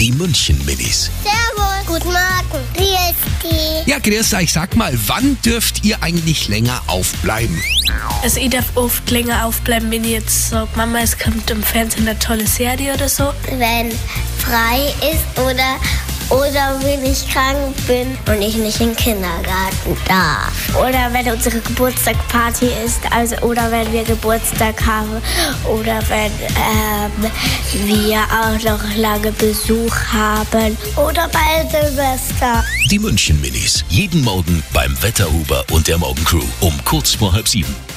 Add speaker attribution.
Speaker 1: Die München-Minis.
Speaker 2: Servus. Guten Morgen. Wie
Speaker 1: Ja, grüß euch, sag mal, wann dürft ihr eigentlich länger aufbleiben?
Speaker 3: Also ich darf oft länger aufbleiben, wenn ich jetzt sage, Mama, es kommt im Fernsehen eine tolle Serie oder so.
Speaker 2: Wenn frei ist oder, oder wenn ich krank bin und ich nicht in den Kindergarten darf. Oder wenn unsere Geburtstagparty ist, also oder wenn wir Geburtstag haben oder wenn ähm, wir auch noch lange Besuch haben. Oder bei Silvester.
Speaker 1: Die München-Minis. Jeden Morgen beim Wetterhuber und der Morgencrew um kurz vor halb sieben.